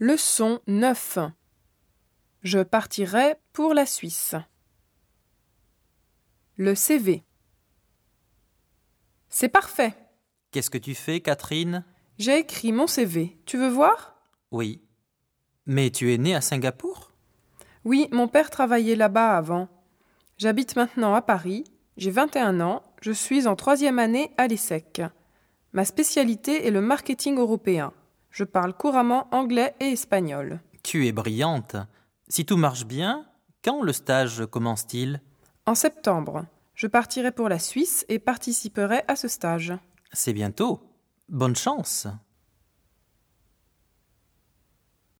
Leçon 9 Je partirai pour la Suisse. Le CV. C'est parfait. Qu'est-ce que tu fais, Catherine J'ai écrit mon CV. Tu veux voir Oui. Mais tu es née à Singapour Oui, mon père travaillait là-bas avant. J'habite maintenant à Paris. J'ai 21 ans. Je suis en troisième année à l'ESSEC. Ma spécialité est le marketing européen. Je parle couramment anglais et espagnol. Tu es brillante. Si tout marche bien, quand le stage commence-t-il En septembre, je partirai pour la Suisse et participerai à ce stage. C'est bientôt. Bonne chance.